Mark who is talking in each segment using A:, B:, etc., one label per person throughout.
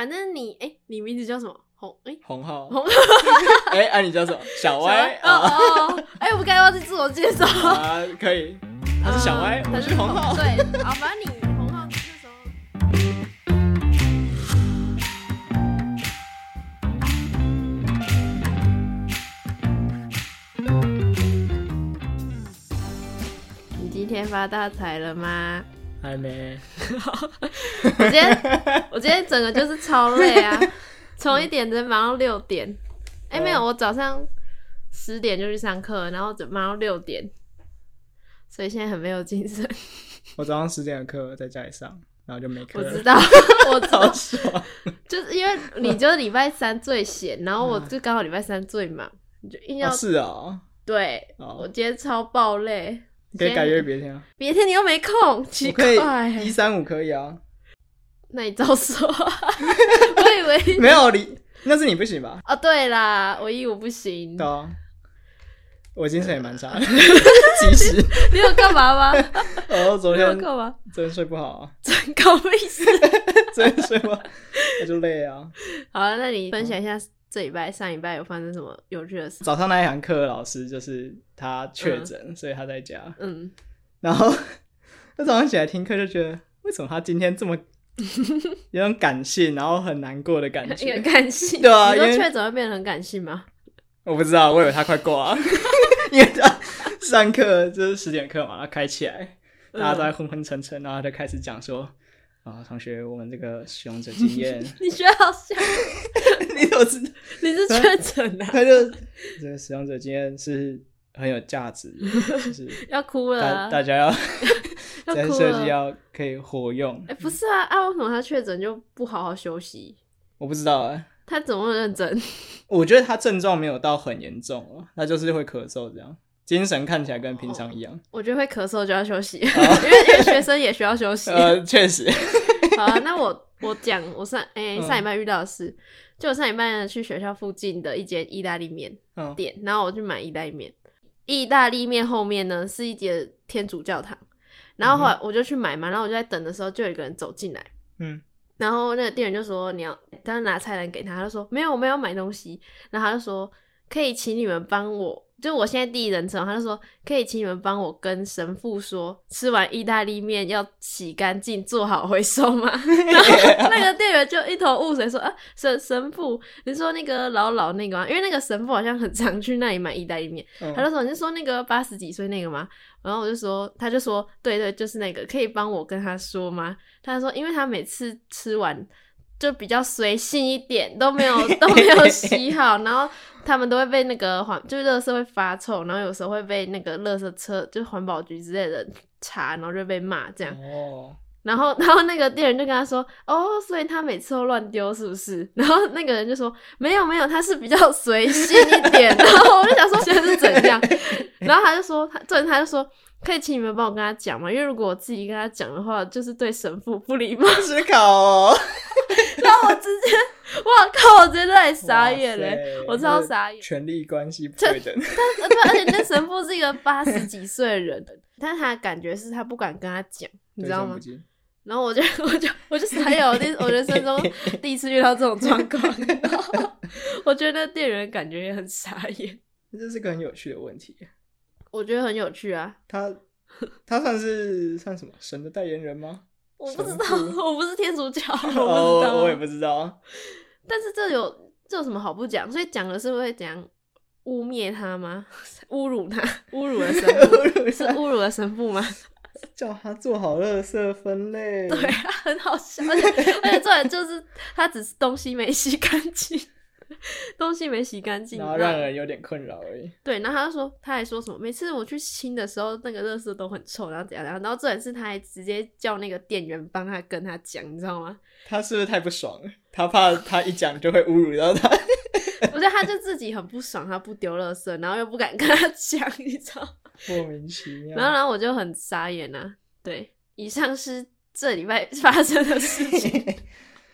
A: 反正你哎、你名字叫什么？红哎、
B: 红浩，
A: 红
B: 哎，啊，你叫什么？小歪
A: 哦
B: 啊
A: 哦，哦哎、我刚才忘记自我介绍。
B: 啊，可以， 他是小 歪，
A: 嗯
B: 我是红浩。
A: 对，啊，反正你红浩那时候。你今天发大财了吗？
B: 还没，
A: 我今天我今天整个就是超累 啊，从一点直接忙到六点。哎、没有，
B: 哦
A: 我早上十点就去上课，然后就忙到六点，所以现在很没有精神。
B: 我早上十点的课在家里上，然后就没课
A: 我
B: 了。
A: 知道，我知道
B: 好，爽，
A: 就是因为你就是礼拜三最闲，然后我就刚好礼拜三最忙，你就硬要、
B: 哦是哦，
A: 对、
B: 哦
A: 我今天超爆累。
B: 可以改约
A: 今天
B: 别天啊，
A: 别天你又没空，奇
B: 我可以
A: 怪
B: 一。三五可以啊，
A: 那你照 说，我以为
B: 没有你，那是你不行吧？
A: 哦，对啦，我一五不行
B: 对，啊，我精神也蛮差
A: 嗯
B: 的， 其实，
A: 你有干嘛吗？
B: 哦，昨
A: 你有
B: 天
A: 干嘛？
B: 昨天睡不好啊，
A: 真搞意思。
B: 昨天睡不好， 我就累啊。
A: 好，那你分享一下这礼拜、上礼拜有发生什么有趣的事？
B: 早上那一堂课老师就是他确诊，所以他在家。
A: 嗯，
B: 然后我早上起来听课就觉得，为什么他今天这么有种感性，然后很难过的感
A: 一个
B: 觉？
A: 感性，
B: 对啊
A: 你说
B: 因为
A: 确诊会变得很感性吗？
B: 我不知道，我以为他快挂、了， 因为他上课就是十点课嘛，他开起来，大家都在昏昏沉沉，然后他就开始讲说。啊、同学，我们这个使用者经 验，
A: 你觉得好笑？
B: 你怎么知道？
A: 你是确诊啊？
B: 他就这个使用者经验是很有价值 的，就是
A: 要哭了
B: 大
A: 啊、
B: 大 家要
A: 要
B: 在
A: 哭
B: 设计
A: 了
B: 要可以活用
A: 哎、，不是啊，啊，为什么他确诊就不好好休息？
B: 我不知道哎、
A: 他怎么那么认真？
B: 我觉得他症状没有到很严重哦，他就是会咳嗽这样，精神看起来跟平常一样。
A: 我觉得会咳嗽就要休息， 因为因为学生也需要休息。
B: 呃，确实，
A: 好啊，那我我讲我上哎、
B: 嗯
A: 上礼拜遇到的事，就我上礼拜呢去学校附近的一间意大利面
B: 嗯
A: 店，然后我去买意大利面。意大利面后面呢是一间天主教堂，然后后来我就去买嘛，然后我就在等的时候，就有一个人走进来，
B: 嗯，
A: 然后那个店员就说你要，他拿菜单给他，他就说没有，我没有买东西。然后他就说可以请你们帮我，就我现在第一人称，他就说可以请你们帮我跟神父说，吃完意大利面要洗干净，做好回收吗？ 然后那个店员就一头雾水说啊，神神父，你说那个老老那个吗？因为那个神父好像很常去那里买意大利面。
B: 嗯
A: 他就说：“你是说那个八十几岁那个吗？”然后我就说：“他就说，对对，就是那个，可以帮我跟他说吗？”他说：“因为他每次吃完就比较随性一点，都没有都没有洗好，然后他们都会被那个环就是垃圾会发臭，然后有时候会被那个垃圾车就是环保局之类的查，然后就被骂这样。
B: 哦，
A: 然后， 然后那个店员就跟他说：“哦，所以他每次都乱丢，是不是？” 然后那个人就说：“没有，没有，他是比较随性一点。” 然后我就想说现在是怎样？ 然后他就说：“他，这他就说，可以请你们帮我跟他讲吗？因为如果我自己跟他讲的话，就是对神父不礼貌。
B: 思考哦，”
A: 然后我直接，哇靠！我直接在 傻眼欸
B: 哇
A: 嘞，
B: 塞
A: 我超傻眼。
B: 权力关系不对等，
A: 但对，而且那神父是一个八十几岁的人， 但他的感觉是他不敢跟他讲，你知道吗
B: 对？神不敬
A: 然后我就 我就我就傻眼，我第我人生 中第一次遇到这种状况，然后我觉得店员感觉也很傻眼，
B: 这是个很有趣的问题。
A: 我觉得很有趣啊。
B: 他他算是算什么神的代言人吗？
A: 我不知道
B: 神，父
A: 我不是天主教， 我不知道，
B: 哦，我也不知道。
A: 但是这有这有什么好不讲？所以讲的是会怎样污蔑他吗？ 侮辱他？侮辱了神父？
B: 侮辱
A: 是
B: 他
A: 侮辱了神父吗？
B: 叫他做好垃圾分类，
A: 对啊，很好笑，而且而且重点就是他只是东西没洗干净， 东西没洗干净，
B: 然后让人有点困扰而已。
A: 对，然后他就说，他还说什么？每次我去清的时候，那个垃圾都很臭，然后怎样怎样。然后重点是，他还直接叫那个店员帮他跟他讲，你知道吗？
B: 他是不是太不爽了？他怕他一讲就会侮辱到他。
A: 我觉得他就自己很不爽，他不丢垃圾，然后又不敢跟他讲，你知道吗？
B: 莫名其妙。
A: 然后，然后我就很傻眼啊。对，以上是这礼拜发生的事 情，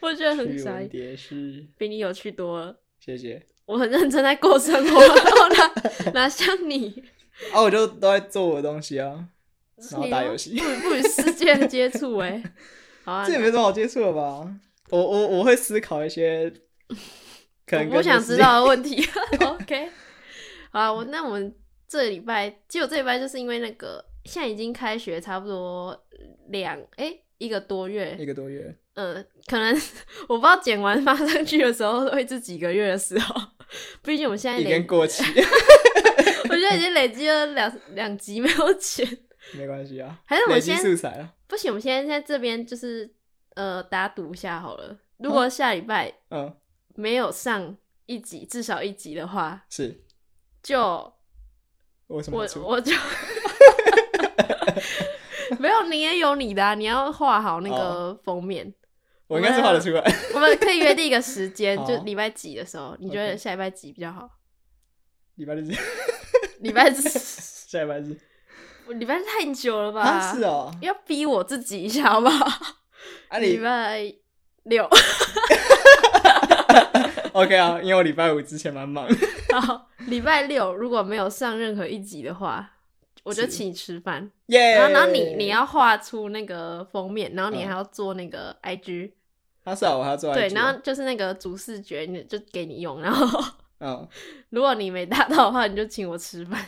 A: 我觉得很
B: 驱
A: 傻
B: 蚊
A: 眼，
B: 蝶是，
A: 比你有趣多了。
B: 谢谢。
A: 我很认真在过生活，然后 哪哪像你，
B: 啊，我就都在做我的东西啊，然后
A: 你
B: 打
A: 都
B: 游戏
A: 不与不与世界接触哎、好啊，
B: 这也没什么好接触的吧？我我我会思考 一些，可能
A: 我
B: 跟
A: 不想
B: 自
A: 知
B: 己
A: 道的问题。OK，好啊，我那我们这礼拜，其实我这礼拜就是因为那个现在已经开学差不多两哎、一个多月
B: 一，个 多月，
A: 嗯、可能我不知道剪完发上去的时候会是几个月的时候，毕竟我们现在
B: 已
A: 累
B: 经，过 期，
A: 我现在已经累积了两两集没有剪，
B: 没关系啊，
A: 还是我
B: 累积
A: 先
B: 素材啊了。
A: 不行，我们现在在这边就是呃打赌一下好了，如
B: 哦
A: 果下礼拜
B: 嗯，
A: 没有上一集，至少一集的话，
B: 是
A: 就。
B: 我什么
A: 我
B: 出？
A: 我 就没有，你也有你的、啊，你要画好那
B: 哦
A: 个封面。
B: 我应该是画得出来。
A: 我们啊可以约定一个时间，
B: 好
A: 就礼拜几的时候，你觉得
B: OK
A: 下礼拜几比较好？
B: 礼拜日，
A: 礼拜四，
B: 下礼拜日
A: 礼拜四太久了吧？
B: 啊，是哦，
A: 要逼我自己一下好不好？
B: 啊
A: 礼
B: 你
A: 拜六，
B: OK 啊，因为我礼拜五之前蛮忙，
A: 好，礼拜六如果没有上任何一集的话，我就是请你吃饭。
B: 耶。
A: 然后，然后你你要画出那个封面，然后你
B: 嗯
A: 还要做那个 IG。
B: 他是啊，我还要做
A: 对，
B: IG
A: 然后就是那个主视觉，你就给你用。然后
B: 嗯，
A: 如果你没达到的话，你就请我吃饭。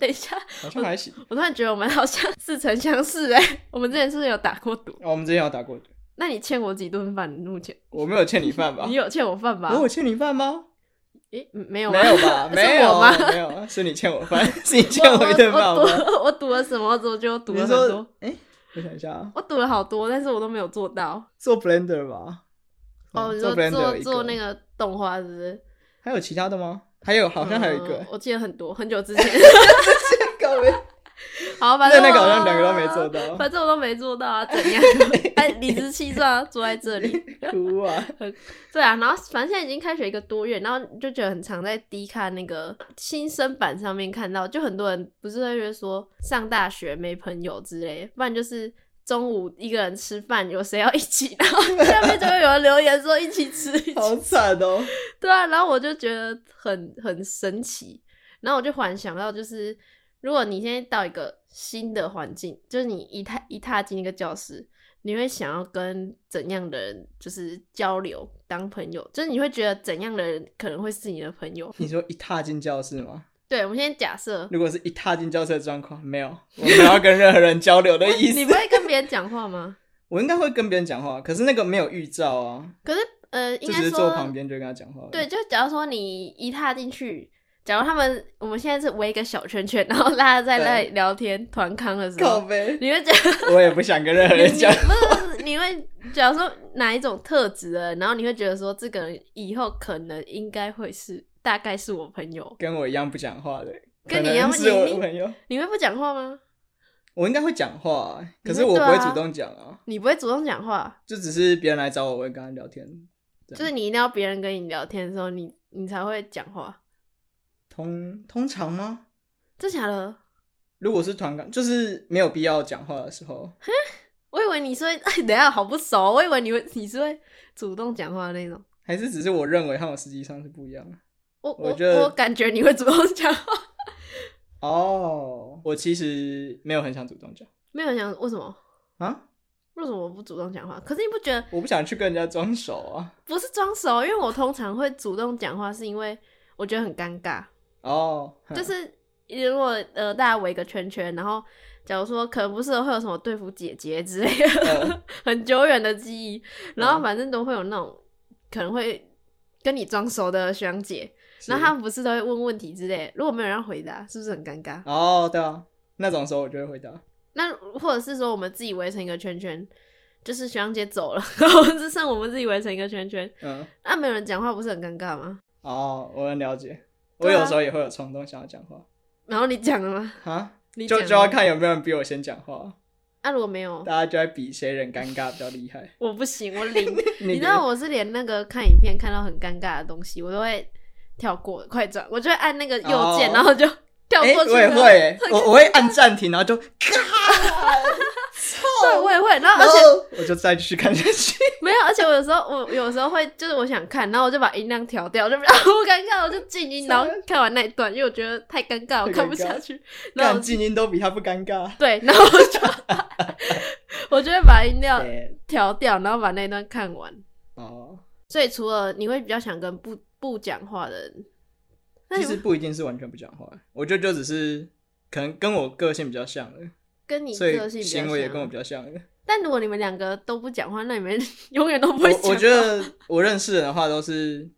A: 等一下，
B: 好像还行。
A: 我突然觉得我们好像似曾相识哎、我们之前是不是有打过赌？
B: 哦我们之前有打过赌，
A: 那你欠我几顿饭？目前
B: 我没有欠你饭吧
A: 你？有欠我饭吧？
B: 我有欠你饭吗？
A: 诶、嗯没有
B: 没
A: 吗
B: 有 吧？
A: 是
B: 没
A: 我
B: 有
A: 吗，
B: 没有，是你欠我 饭，是你欠我一顿
A: 我
B: 饭好
A: 我
B: 吗？
A: 赌了我赌了什么？我怎么就赌
B: 你
A: 了很
B: 说
A: 多？，
B: 哎，我想一下，啊，
A: 我赌了好多，但是我都没有做到。
B: 做 Blender 吧。
A: 哦，你说
B: 哦做 Blender 有
A: 做
B: 一
A: 做那
B: 个，
A: 个动画是不是？
B: 还有其他的吗？还有，好像还有一个
A: 嗯，我记得很多，很久之前。
B: 搞没，
A: 好，反
B: 那
A: 正
B: 那个好
A: 我
B: 像两个都没 做到，
A: 反正我都没做到啊，怎样？哎，理直气壮啊坐在这里。
B: 哭啊！
A: 对啊，然后反正现在已经开学一个多月，然后就觉得很常在低看那个新生版上面看到，就很多人不是会觉得说上大学没朋友之类，不然就是。中午一个人吃饭，有谁要一起？然后下面就会有人留言说一起吃，一起
B: 好惨哦。
A: 对啊，然后我就觉得很很神奇，然后我就幻想到，就是如果你现在到一个新的环境，就是你一踏一踏进一个教室，你会想要跟怎样的人就是交流当朋友，就是你会觉得怎样的人可能会是你的朋友。
B: 你说一踏进教室吗？
A: 对，我们先假设
B: 如果是一踏进教室的状况，没有，我没有要跟任何人交流的意
A: 你
B: 思。
A: 不会跟别人讲话吗？
B: 我应该会跟别人讲话，可是那个没有预兆啊，
A: 可是呃，
B: 就
A: 应
B: 只
A: 该
B: 是
A: 说
B: 坐旁边就跟他讲话。
A: 对，，就假如说你一踏进去。假如他们我们现在是围一个小圈圈，然后大家在那里聊天团康的时
B: 靠
A: 候，
B: 呗，
A: 你会觉得
B: 我也不想跟任何人
A: 你
B: 讲。
A: 不是不是，你会假如说哪一种特质的人，然后你会觉得说这个人以后可能应该会是，大概是我朋友，
B: 跟我一样不讲话的，
A: 跟你
B: 可能
A: 一样不
B: 是我
A: 你
B: 的
A: 你
B: 朋友，
A: 你会不讲话吗？
B: 我应该会讲话啊，可是
A: 你会
B: 我不
A: 对啊
B: 会主动讲啊，
A: 你不会主动讲话，
B: 就只是别人来找我，我会跟他聊天。对
A: 就是你一定要别人跟你聊天的时候，你你才会讲话，
B: 通通常吗？
A: 真假的？
B: 如果是团感，就是没有必要讲话的时 候，
A: 我以为你是会， 哎，等一下好不熟，我以为你会你是会主动讲话的那种。
B: 还是只是我认为和我实际上是不一样的。
A: 我
B: 我
A: 我
B: 觉得
A: 我感觉你会主动讲话，
B: 哦，我其实没有很想主动讲
A: 没有人想为什么？
B: 啊，
A: 为什么我不主动讲话？可是你不觉得
B: 我不想去跟人家装熟啊。
A: 不是装熟？因为我通常会主动讲话，是因为我觉得很尴尬。
B: 哦，哼
A: 就是如果呃大家围个圈圈，然后假如说可能不是会有什么对付姐姐之类的
B: 嗯，
A: 很久远的记忆，然后
B: 嗯
A: 反正都会有那种可能会跟你装熟的学长姐，
B: 是
A: 然后他们不是都会问问题之类，如果没有人要回答，是不是很尴尬？
B: 哦，对啊，那种时候我就会回答。
A: 那或者是说我们自己围成一个圈圈。就是学长姐走了， 然后只剩我们自己围成一个圈圈，
B: 嗯，
A: 那、没有人讲话，不是很尴尬吗？
B: 哦，我很了解。我
A: 对啊
B: 有时候也会有冲动想要讲话
A: 然后你讲了吗？
B: 啊，
A: 你讲
B: 就
A: 了
B: 就要
A: 吗
B: 看有没有人比我先讲话，
A: 啊，如果没有
B: 大，家就在比谁人尴尬比较厉害。
A: 我不行，我零，
B: 你
A: 你知
B: 给
A: 道我是连那个看影片看到很尴尬的东西，我都会跳过，快转，我就会按那个右键
B: 哦
A: 然 后就跳
B: 哎、
A: 过去。
B: 我也会、欸，我我会按暂停，然后就咔，
A: 对，我也会。然后
B: 然
A: 而且
B: 后哦我就再继续看下去。
A: 没有，而且我有时候我有时候会就是我想看，然后我就把音量调掉，就 比较不尴尬，我就静音，然
B: 啊
A: 后看完那一段，因为我觉得太尴尬，我看不下去。 然后
B: 干
A: 我就
B: 静音都比他不尴尬。
A: 对，然后 我就我就会把音量
B: 对
A: 呃调掉，然后把那一段看完。
B: 哦，
A: 所以除了你会比较想跟不不讲话的人，那
B: 其
A: 你
B: 实不一定是完全不讲话，我觉得就只是可能跟我个性比较像的，
A: 跟你
B: 所
A: 个
B: 以
A: 性比较
B: 行为也跟我
A: 像。
B: 比较像的。
A: 但如果你们两个都不讲话，那你们 永远都不会讲话。
B: 我我觉得我认识人的话都是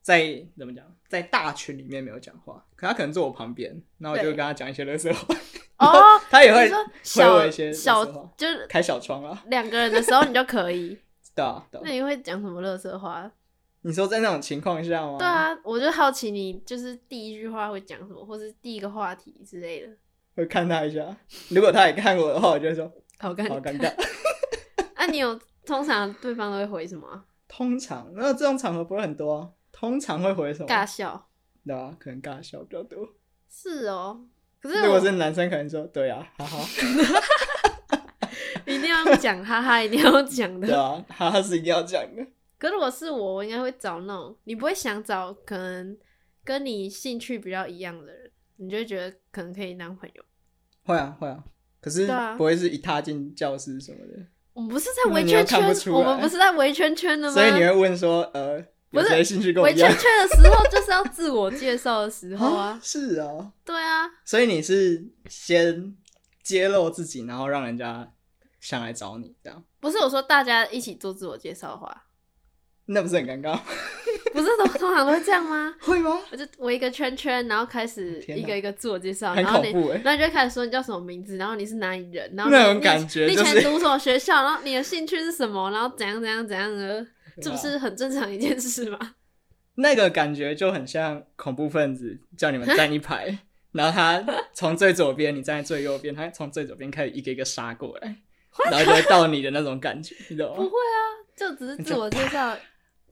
B: 在怎么讲，在大群里面没有讲话，可他可能坐我旁边，然后我就
A: 对
B: 会跟他讲一些垃圾话，
A: 哦，
B: 他也
A: 你
B: 会
A: 说
B: 回我一些
A: 小
B: 垃圾
A: 小
B: 话
A: 就是
B: 开小窗啊，
A: 两个人的时候你就可以。
B: 对啊，对啊
A: 那你会讲什么乐色话？
B: 你说在那种情况下吗？
A: 对，啊，我就好奇你就是第一句话会讲什么，或是第一个话题之类的。
B: 会看他一下，如果他也看我的话，我就会说
A: 好尴
B: 好
A: 尬。
B: 尴尬。
A: 那、你有通常对方都会回什么啊？
B: 通常，那这种场合不会很多、啊，通常会回什么？
A: 尬笑。
B: 对啊，可能尬笑比较多。
A: 是哦，可是
B: 如
A: 我
B: 果是男生，可能说对啊，哈哈，
A: 一定要讲，哈哈，一定要讲
B: 对
A: 的。
B: 啊，哈哈是一定要讲的。
A: 可是我是我，我应该会找那种你不会想找可能跟你兴趣比较一样的人，你就会觉得可能可以当朋友。
B: 会啊，会啊，可是
A: 对啊
B: 不会是一踏进教室什么的，
A: 我们不是在
B: 那
A: 围
B: 你又
A: 圈
B: 看不
A: 圈，
B: 出
A: 我们
B: 来
A: 不是在围圈圈的吗？
B: 所以你会问说，呃，
A: 不
B: 有
A: 是
B: 谁兴趣跟我
A: 围
B: 一
A: 圈
B: 样？
A: 圈的时候就是要自我介绍的时候啊，
B: 是 啊，
A: 对啊，
B: 所以你是先揭露自己，然后让人家想来找你，这样
A: 不是我说大家一起做自我介绍的话，
B: 那不是很尴尬？
A: 不是都通常都会这样吗？
B: 会吗？
A: 我就围一个圈圈，然后开始
B: 天
A: 一
B: 哪
A: 个一个自我介绍，
B: 很
A: 然后
B: 恐
A: 你，
B: 怖欸
A: 然后你就会开始说你叫什么名字，然后你是哪里人，然后
B: 那
A: 你
B: 种
A: 你
B: 感觉
A: 你以
B: 就
A: 前
B: 是
A: 读什么学校，然后你的兴趣是什么，然后怎样怎样怎样的，这不是很正常一件事吗？
B: 那个感觉就很像恐怖分子叫你们站一排，然后他从最左边，你站在最右边，他从最左边开始一个一个杀过来，然后就会到你的那种感觉，你懂
A: 不会？
B: 吗
A: 啊，就只是自我介绍，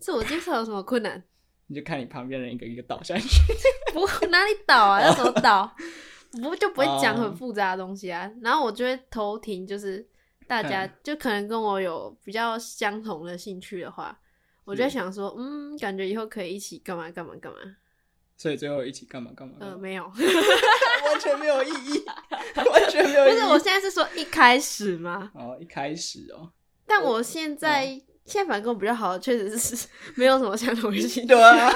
A: 自我介绍有什么困难？
B: 你就看你旁边人一个一个倒下去。
A: 不哪里倒啊，要怎么倒？不就不会讲
B: 哦
A: 很复杂的东西啊。然后我就会偷听，就是大家
B: 嗯
A: 就可能跟我有比较相同的兴趣的话，我就会
B: 是
A: 想说，嗯，感觉以后可以一起干嘛干嘛干嘛。
B: 所以最后一起干嘛干嘛？干
A: 呃，
B: 嘛
A: 没 有， 不
B: 完全没有意义， 完全没有意义。
A: 是，我现在是说一开始嘛。
B: 哦，一开始 哦，
A: 但我现在、现在反正跟我比较好的，确实是 没有什么相同的兴趣
B: 对。啊，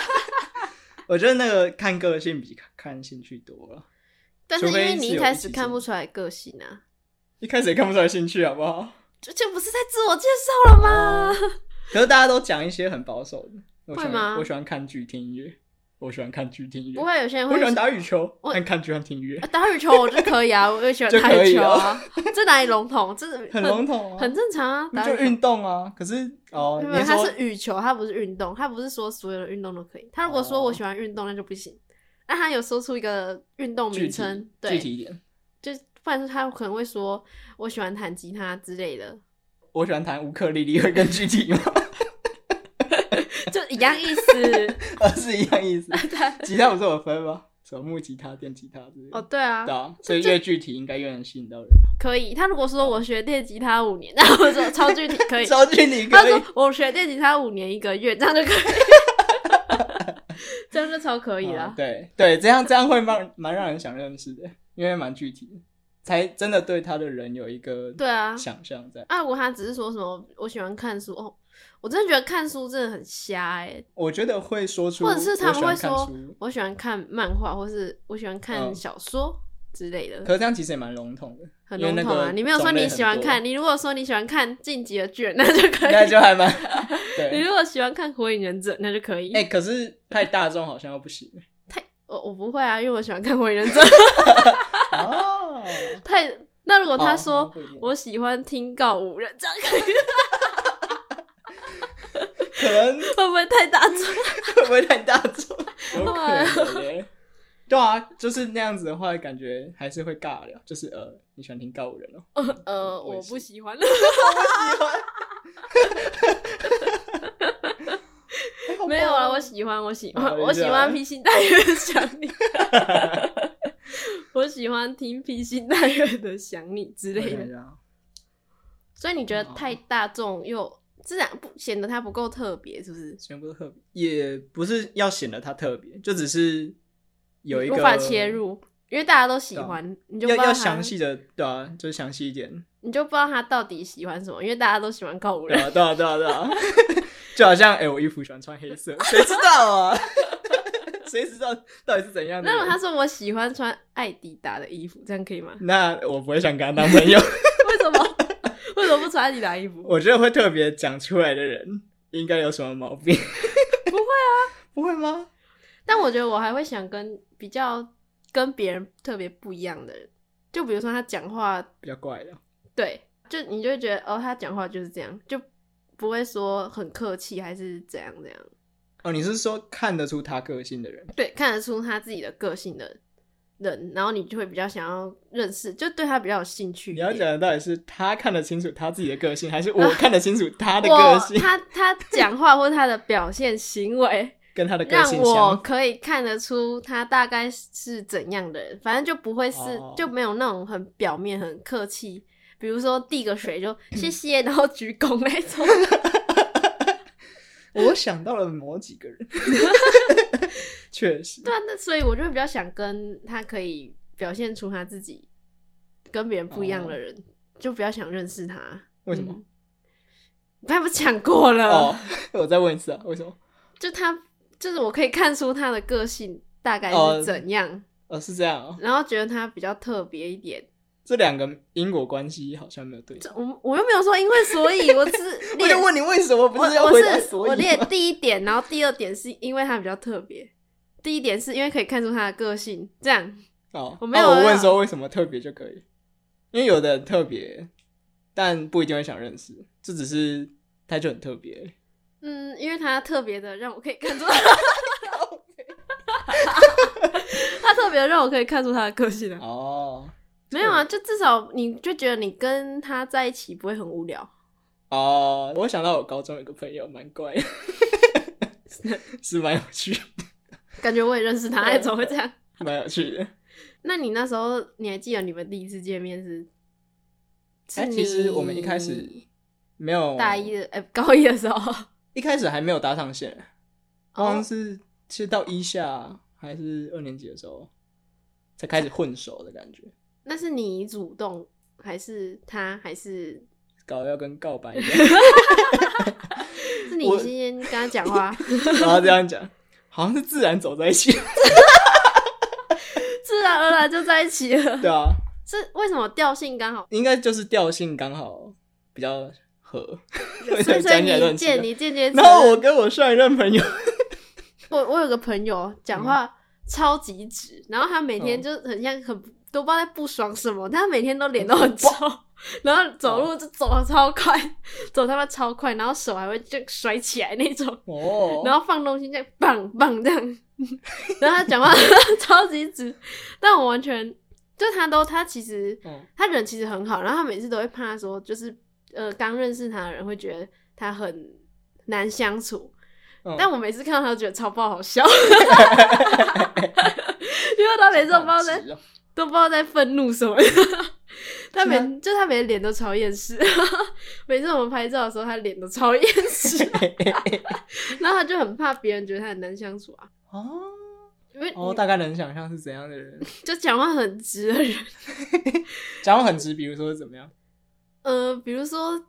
B: 我觉得那个看个性比看看兴趣多了。
A: 但是因为
B: 除非
A: 你
B: 是
A: 一
B: 有
A: 开
B: 一
A: 始
B: 起
A: 看
B: 做
A: 不出来个性啊，
B: 一开始也看不出来兴趣，好 不好？
A: 就就不是在自我介绍了吗？
B: 可是大家都讲一些很保守的，我喜
A: 会吗
B: 欢我喜欢看剧听音乐，我喜欢看剧听音乐，
A: 不会，有些人
B: 我
A: 会
B: 喜欢打羽球，
A: 我
B: 但看剧和听音乐
A: 啊，打羽球我就可以啊，我也喜欢
B: 就
A: 打
B: 可
A: 羽
B: 以
A: 球啊，这哪里笼统？这
B: 很笼统啊，
A: 很正常啊，打
B: 就
A: 羽球。
B: 运动啊。可是哦，
A: 没
B: 你
A: 有，
B: 是
A: 它
B: 说
A: 是羽球，它不是运动，它不是说所有的运动都可以。他如果说
B: 哦
A: 我喜欢运动，那就不行。那他有说出一个运动
B: 具
A: 名
B: 体
A: 称，
B: 具
A: 对，
B: 体一点，
A: 就不然他可能会说我喜欢弹吉他之类的，
B: 我喜欢弹乌克丽丽，会更具体吗？
A: 就一样意思。
B: 啊， 是一样意思。
A: 对，
B: 吉他不是有分吗？手木吉他、电吉他之类的。
A: 哦，对啊
B: 对，啊，所以越具体应该越能吸引到人。
A: 可以。他如果说我学电吉他五年， 那我说超具体，可以。
B: 超具体
A: 他
B: 可以
A: 说，我学电吉他五年一个月，这样就可 以，这样就超可以啊了
B: 嗯。对对，这样这样会蛮蛮让人想认识的，因为蛮具体的，才真的对他的人有一个
A: 对啊，
B: 想象在。
A: 啊，我他只是说什么我喜欢看书哦，我真的觉得看书真的很瞎哎、
B: 我觉得会说出，
A: 或者是他们会说
B: 我喜欢看书
A: 我喜欢看漫画，或是我喜欢看
B: 嗯
A: 小说之类的，
B: 可是这样其实也蛮笼统的，
A: 很
B: 因为
A: 笼
B: 那
A: 统啊。
B: 个
A: 你没有说
B: 种类
A: 你
B: 很
A: 喜欢
B: 多
A: 看，，你如果说你喜欢看《进击的巨人》，那就可
B: 那
A: 以；
B: 就 还蛮
A: 你
B: 对。
A: 如果喜欢看《火影忍者》，那就可以。
B: 哎、可是太大众好像又不行
A: 我我不会啊，因为我喜欢看《火影忍者》
B: 哦。
A: 太。那如果他
B: 哦
A: 说、
B: 不一定
A: 我喜欢听告五人，这样 可以
B: 可能
A: 会不会太大众？
B: 会不会太大众？有
A: 哇
B: 可能耶。对啊，就是那样子的话，感觉还是会尬聊。就是呃，你喜欢听告五人哦、
A: 呃，
B: 我
A: 我
B: 也
A: 不
B: 是
A: 喜欢。
B: 哎 好
A: 没有啊，
B: 棒哦
A: 我喜欢，我喜
B: 好
A: 欢，
B: 等一
A: 我喜
B: 下
A: 欢披星戴月的想 你， 我喜欢听披星戴月的想你之类的。所以你觉得太大众又自然不显得它不够特别，是不是？
B: 全部都特别，也不是要显得它特别，就只是有一个
A: 无法切，入，因为大家都喜欢，你就不
B: 要
A: 知道
B: 要
A: 他
B: 详，细的，对啊，就是详细一点，
A: 你就不知道他到底喜欢什么，因为大家都喜欢告五
B: 对
A: 人。
B: 啊，对啊，对啊，对啊，就好像哎、我衣服喜欢穿黑色，谁知道啊？ 谁知道到底是怎样的
A: 那
B: 人？？
A: 如果他说我喜欢穿艾迪达的衣服，这样可以吗
B: 那我不会想跟他当朋 友。
A: 为什么？为什么不穿艾迪达衣服？
B: 我觉得会特别讲出来的人，应该有什么毛病？
A: 不
B: 会啊，不会吗？
A: 但我觉得我还会想跟比较跟别人特别不一样的人，就比如说他讲话
B: 比较怪的，
A: 对，就你就会觉得哦，他讲话就是这样，就不会说很客气还是怎样怎样。
B: 哦，你是说看得出他个性的人？
A: 对，看得出他自己的个性的人，然后你就会比较想要认识，就对他比较有兴趣一
B: 你
A: 点。
B: 要讲的到底是他看得清楚他自己的个性，还是我看得清楚他的
A: 啊我
B: 个性，
A: 他他讲话或他的表现行为，
B: 跟他的个
A: 让
B: 性
A: 我
B: 相？
A: 可以看得出他大概是怎样的人，反正就不会是、
B: 哦
A: 就没有那种很表面很客气，比如说递个水就谢谢，然后鞠躬那种，
B: 我想到了某几 个人，确实，
A: 对啊，那所以我就会比较想跟他可以表现出他自己跟别人不一样的人，就比较想认识他。
B: 哦为什么？
A: 嗯？他不是讲过了，
B: 哦，我再问一次啊，为什么？
A: 就他就是我可以看出他的个性大概
B: 哦
A: 是怎样，
B: 哦，是这样哦，
A: 然后觉得他比较特别一点。
B: 这两个因果关系好像没有对上。
A: 这我我又没有说因为所以，我 是
B: 我
A: 列
B: 就问你为什么不
A: 我
B: 是要
A: 我
B: 回答
A: 是
B: 所
A: 我
B: 以
A: 列
B: 吗？
A: 第一点，然后第二点是因为他比较特别。第一点是因为可以看出他的个性，这样
B: 哦，
A: 我没有啊
B: 那我
A: 要
B: 问说为什么特别就可以，因为有的人特别，但不一定会想认识，这只是他就很特别。
A: 嗯，因为他特别的 让我可以看出 他特别的让我可以看出他的个性啊。
B: 哦
A: 没有啊，就至少你就觉得你跟他在一起不会很无聊。
B: 哦，我想到我高中有个朋友蛮怪的， 是蛮有 趣，
A: 感觉我也认识他，哎怎么会这样？
B: 蛮有趣的。
A: 那你那时候你还记得你们第一次见面是？是
B: 哎，
A: 你、
B: 其实我们一开始没有
A: 大一，的哎、高一的时候，
B: 一开始还没有搭上线，好像
A: 哦，
B: 是是到一下还是二年级的时候才开始混熟的感觉，
A: 那是你主动还是他还是
B: 搞得要跟告白一样。
A: 是你
B: 我
A: 先跟他讲话？
B: 然后这样讲，好像是自然走在一起。
A: 自然而然就在一起了。
B: 对啊，
A: 是为什么调性刚 好？
B: 应该就是调性刚好比较合，
A: 所以所以
B: 讲起来都
A: 你
B: 很奇
A: 见
B: 怪。
A: 你间接承
B: 然后我
A: 认，
B: 跟我上一任朋友，
A: 我我有个朋友讲
B: 嗯
A: 话超级直，然后他每
B: 哦
A: 天就很像很都不知道在不爽什么，他每天都脸都很臭， 然后走路就走的超快，走他妈超快，然后手还会就甩起来那种，
B: 哦，
A: 然后放东西这样棒棒这样， 然后他讲话 超级直，但我完全就他都他其实
B: 嗯
A: 他人其实很好，然后他每次都会怕说就是呃刚认识他的人会觉得他很难相处，
B: 嗯
A: 但我每次看到他都觉得超爆好笑， 因为他每次都不知道在
B: 好直 哦
A: 都不知道在愤怒什么。他每
B: 是啊吗
A: 就他每脸都超厌世， 每次我们拍照的时候，他脸都超厌世， 然后他就很怕别人觉得他很难相处啊，
B: 哦
A: 因为
B: 哦，大概能想象是怎样的人，
A: 就讲话很直的人，
B: 讲话很直，比如说是怎么样？
A: 呃，比如说，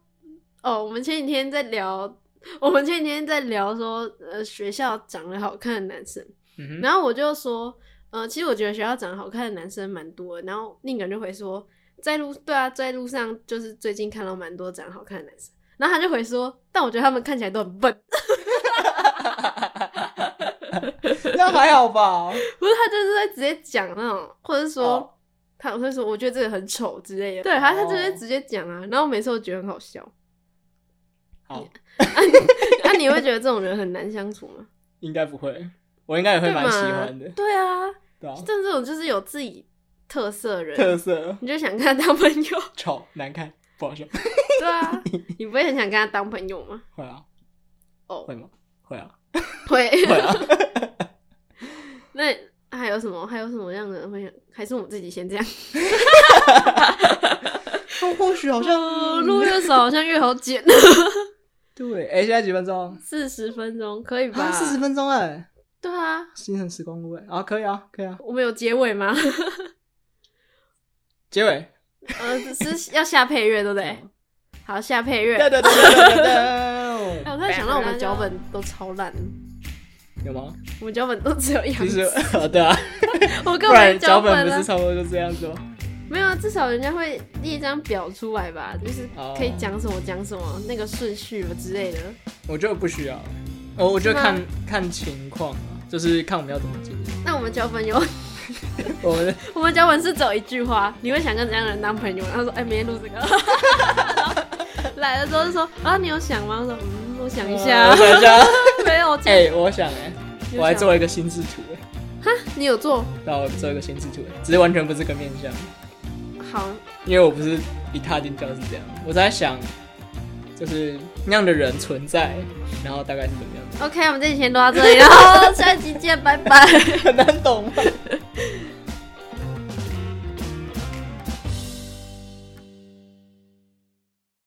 A: 哦，我们前几天在聊，我们前几天在聊说，呃，学校长得好看的男生，
B: 嗯哼，
A: 然后我就说，呃，其实我觉得学校长得好看的男生蛮多的。然后另一个人就回说，在路对啊，在路上就是最近看到蛮多长得好看的男生。然后他就回说，但我觉得他们看起来都很笨。
B: 那还好吧？
A: 不是，他就是在直接讲那种，或者是说、
B: 哦
A: 他会说我觉得这个很丑之类的。对，他他就会
B: 哦
A: 直接讲啊。然后每次我觉得很好笑。
B: 好，
A: 那、你会觉得这种人很难相处吗？
B: 应该不会，我应该也 会
A: 对
B: 蛮
A: 嘛
B: 喜欢的，
A: 对啊，
B: 对啊，
A: 像这种就是有自己特色的人，
B: 特色
A: 你就想跟他当朋 友。
B: 丑难看不好笑，
A: 对啊，你不会很想跟他当朋友吗？
B: 会啊
A: 哦、
B: 会吗？会啊
A: 会。
B: 会啊。
A: 那还有什么？还有什么样的会想？还是我们自己先 这样？
B: 哦或许好
A: 呃录越少好像越好剪，
B: 对，哎、现在几分钟？
A: 四十分钟可以吧？
B: 啊，四十。分钟哎、
A: 对啊，
B: 新城时光屋哎、啊，可以啊，可以啊。
A: 我们有结尾 吗？
B: 结尾，嗯
A: 呃，只是要下配乐，对不对？好，下配乐。
B: 哒哒哒哒哒哒，
A: 哎，我突然想到我们脚本都超烂，
B: 有吗？
A: 我们脚本都只有一行
B: 其实
A: 字，
B: 呃， 对啊，
A: 我根
B: 不然
A: 本
B: 脚
A: 本
B: 不
A: 了
B: 是差不多就这样子吗？
A: 没有，啊，至少人家会列一张表出来吧，就是
B: 哦
A: 可以讲什么讲什么，那个顺序啊之类的。
B: 我觉得不需要，哦我我觉得
A: 是吗
B: 看看情况啊，就是看我们要怎么解决。
A: 那我们脚本有，
B: 我们
A: 我们脚本是走一句话，你会想跟怎样的人当朋友？然后说，哎、明天录这个。 然后来了之后就说，啊，你有想吗？我说，嗯，我想一下
B: 我，想一下，
A: 没有。
B: 哦哎、我想哎、
A: 你有
B: 我还
A: 想
B: 做了一个心智图哎、
A: 你有做
B: 然后我做一个心智图哎、只是完全不是个面向，
A: 好？
B: 因为我不是一踏进教室这样，我在想，就是那样的人存在，然后大概是怎么 样
A: OK，我们这期先录到这里，然后下期见，拜拜。
B: 的，很难懂吗？